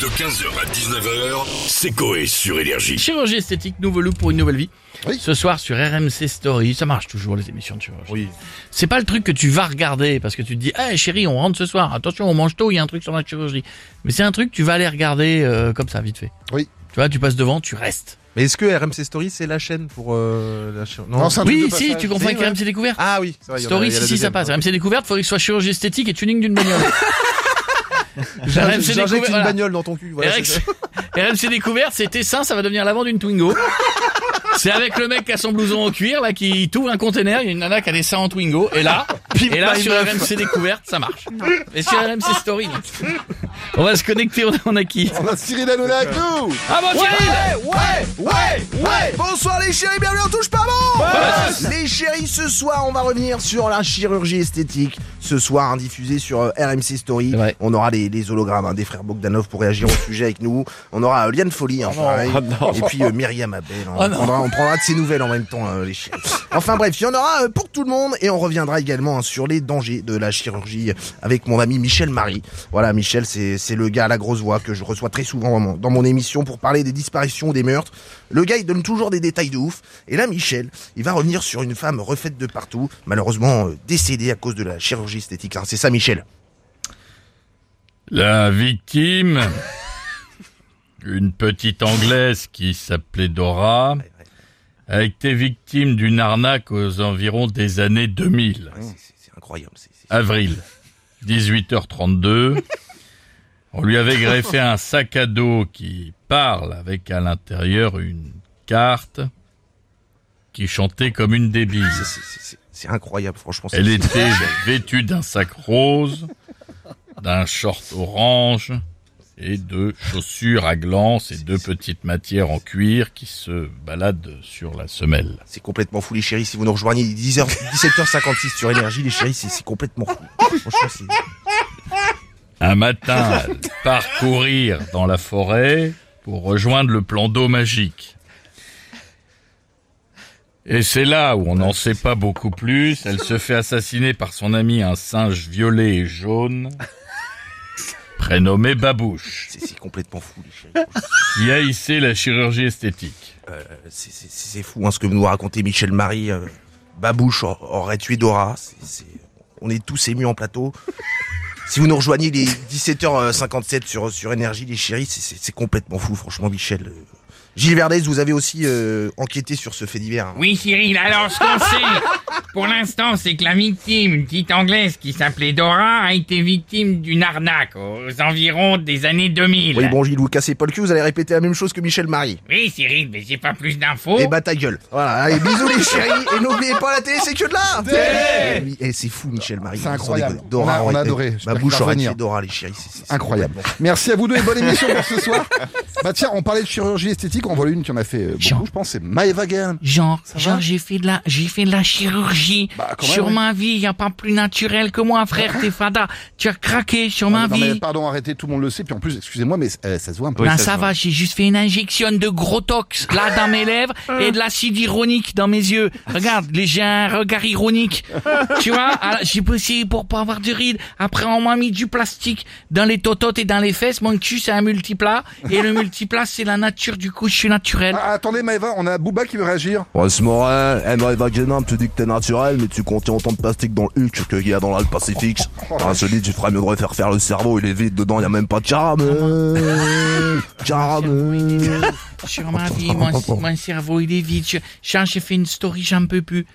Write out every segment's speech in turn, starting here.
De 15h à 19h, c'est Coé sur Énergie. Chirurgie esthétique, nouveau look pour une nouvelle vie. Oui. Ce soir sur RMC Story, ça marche toujours les émissions de chirurgie. Oui. C'est pas le truc que tu vas regarder parce que tu te dis, hey chérie, on rentre ce soir, attention, on mange tôt, il y a un truc sur la chirurgie. Mais c'est un truc que tu vas aller regarder euh, comme ça, vite fait. Oui. Tu vois, tu passes devant, tu restes. Mais est-ce que RMC Story c'est la chaîne pour euh, la chaîne Non, c'est un truc Oui, de si, passage. tu comprends Si, avec ouais. RMC Découverte. Ah oui, c'est vrai, il y en a- Story, il y en a si, si, deuxième. ça passe. hein. RMC Découverte, faudrait que ce soit chirurgie esthétique et tuning d'une bagnole. J'in- RMC J'injecte Découverte, une voilà. bagnole dans ton cul. voilà, c'est ça. RX RMC Découverte, c'était sain, ça va devenir l'avant d'une Twingo. C'est avec le mec qui a son blouson en cuir, là, qui t'ouvre un container, il y a une nana qui a des seins en Twingo, et là, et là, my sur meuf. RMC Découverte, ça marche. Et sur RMC Story, non. on va se connecter, on- on a qui On a Cyril Hanouna avec nous Ah bon, Cyril Bonsoir les chéris, bienvenue en touche pas bon Les chéris, ce soir on va revenir sur la chirurgie esthétique. Ce soir, hein, diffusé sur euh, RMC Story, C'est vrai. on aura les, les hologrammes hein, des frères Bogdanov pour réagir au sujet avec nous. On aura euh, Liane Folly, hein, pareil. et puis euh, Myriam Abel. hein. Ah Oh on, non. prendra, on prendra de ses nouvelles en même temps, hein, les chéris. Enfin bref, il y en aura euh, pour tout le monde et on reviendra également hein, sur les dangers de la chirurgie avec mon ami Michel Marie. Voilà, Michel, c'est c'est le gars à la grosse voix que je reçois très souvent dans mon- dans mon émission pour parler des disparitions ou des meurtres. Le gars, il donne toujours des détails de ouf. Et là, Michel, il va revenir sur une femme refaite de partout, malheureusement euh, décédée à cause de la chirurgie esthétique. hein. C'est ça, Michel La victime, une petite Anglaise qui s'appelait Dora, a été victime d'une arnaque aux environs des années 2000. Bah, C'est- c'est- C'est incroyable. c'est- c'est- Avril, 18h32. On lui avait greffé un sac à dos qui parle avec à l'intérieur une carte qui chantait comme une débile. c'est- c'est- c'est- C'est incroyable, franchement. c'est- Elle c'est- était vêtue d'un sac rose, d'un short orange et de chaussures à glances et de petites matières en cuir qui se baladent sur la semelle. C'est complètement fou, les chéris. Si vous nous rejoignez 10h, 17h56 sur Énergie, les chéris, c'est c'est complètement fou. Franchement, c'est- Un matin, elle part courir dans la forêt pour rejoindre le plan d'eau magique. Et c'est là où on n'en sait pas beaucoup plus. Elle se fait assassiner par son ami un singe violet et jaune, prénommé Babouche. c'est c'est complètement fou, les chéris. franchement. qui a hissé la chirurgie esthétique. Euh, C'est c'est- c'est fou hein, ce que nous racontait Michel Marie. euh, Babouche a- aurait tué Dora. c'est- c'est- On est tous émus en plateau. Si vous nous rejoignez les 17h57 sur sur Énergie, les chéris, c'est- c'est c'est complètement fou, franchement, Michel. Euh, Gilles Verdez, vous avez aussi euh, enquêté sur ce fait divers. hein. Oui, Cyril, alors ce qu'on sait, pour l'instant, c'est que la victime, une petite Anglaise qui s'appelait Dora, a été victime d'une arnaque aux environs des années 2000. Oui, bon, Gilles, vous cassez pas le cul, vous allez répéter la même chose que Michel Marie. Oui, Cyril, mais j'ai pas plus d'infos. Eh Et ben, bah ta gueule. Voilà, allez, bisous les chéris, et n'oubliez pas la télé, c'est que de là Télé Oui, eh, c'est fou, Michel Marie. C'est sans incroyable. déconner. Dora, On a- on a aurait- adoré. J'espère qu'il Babouche va aurait revenir. tué Dora, les chéris. c'est- c'est- c'est Incroyable. Merci à vous deux et bonne émission pour ce soir. Bah tiens, on parlait de chirurgie esthétique, on voit une qui en a fait euh, Jean. beaucoup, je pense, c'est Maëva Gaël. Genre, genre, j'ai fait de la, j'ai fait de la chirurgie. Bah, quand même, sur oui. ma vie, il n'y a pas plus naturel que moi, frère Tefada. Tu as craqué sur ma non vie. Ah, mais pardon, arrêtez, tout le monde le sait, puis en plus, excusez-moi, mais euh, ça se voit un peu. Ben, ça, va, j'ai juste fait une injection de gros tox là dans mes lèvres et de l'acide ironique dans mes yeux. Regarde, les- j'ai un regard ironique. tu vois, à la- j'ai poussé pour pas avoir de rides. Après, on m'a mis du plastique dans les tototes et dans les fesses. Mon cul, c'est un multiplat. Et le multiplat, c'est la nature. Du coup, je suis naturel. Ah, attendez Maëva, on a Booba qui veut réagir. Ross Morin, Emma Wagenin, tu dis que t'es naturel, mais tu contiens autant de plastique dans le Hulk qu'il y a dans le Pacifique. Ah, se dit, tu ferais mieux de refaire faire le cerveau, il est vide dedans, il y a même pas de caramel. Caramel. Sur ma vie, mon, mon cerveau, il est vide. Je- Tiens, j'ai fait une story, j'en peux plus.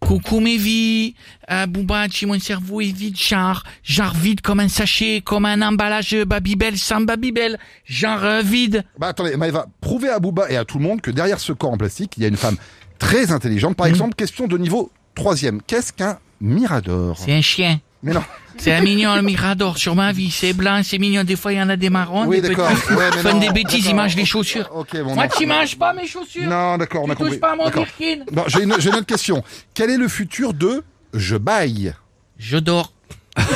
Coucou mes vies, euh, Boubachi, mon cerveau est vide, genre, genre vide comme un sachet, comme un emballage Babybel sans Babybel, genre euh, vide. Bah attendez, Maëva, prouvez à Booba et à tout le monde que derrière ce corps en plastique, il y a une femme très intelligente. Mm. Par exemple, question de niveau troisième. Qu'est-ce qu'un mirador C'est un chien. Mais non. C'est un mignon, le mirador sur ma vie. C'est blanc, c'est mignon. Des fois, il y en a des marrons. Oui, des d'accord. petits. Ouais, mais Ils font non. des bêtises, ils D'accord. mangent les chaussures. Ok, bon. Moi, non. tu manges pas mes chaussures. Non, d'accord, on a tu compris. touches pas à mon D'accord. Birkin. Bon, j'ai une, j'ai une autre question. Quel est le futur de Je baille Je dors.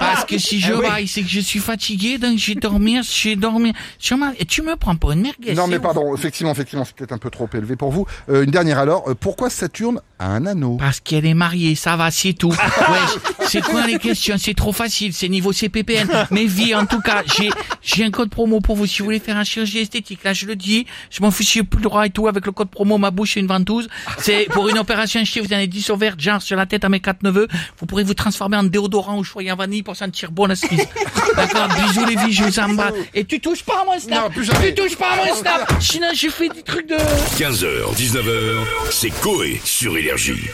Parce que si je Eh baille, c'est que je suis fatigué, donc je vais dormir, je vais dormir. Sur ma- Et tu me prends pour une merguez. Non, mais c'est pardon, effectivement, effectivement, c'est peut-être un peu trop élevé pour vous. Euh, une dernière alors, euh, pourquoi Saturne a un anneau Parce qu'elle est mariée, ça va, c'est tout. Ouais, c'est quoi les questions C'est trop facile, c'est niveau CPPN. Mais vie, en tout cas, j'ai j'ai un code promo pour vous si vous voulez faire un chirurgie esthétique. Là, je le dis, je m'en fiche, j'ai plus le droit et tout. Avec le code promo, ma bouche et une ventouse. C'est pour une opération achetée, vous en avez 10 au vert, genre sur la tête à mes quatre neveux. Vous pourrez vous transformer en déodorant ou choix en vanille pour sentir bon la cerise. D'accord, bisous les vies, je vous embrasse. Et tu touches pas à mon snap. Non, plus jamais. Tu touches pas à mon snap. Sinon, j'ai fait des trucs de... 15h, 19h, c'est Coé sur Énergie.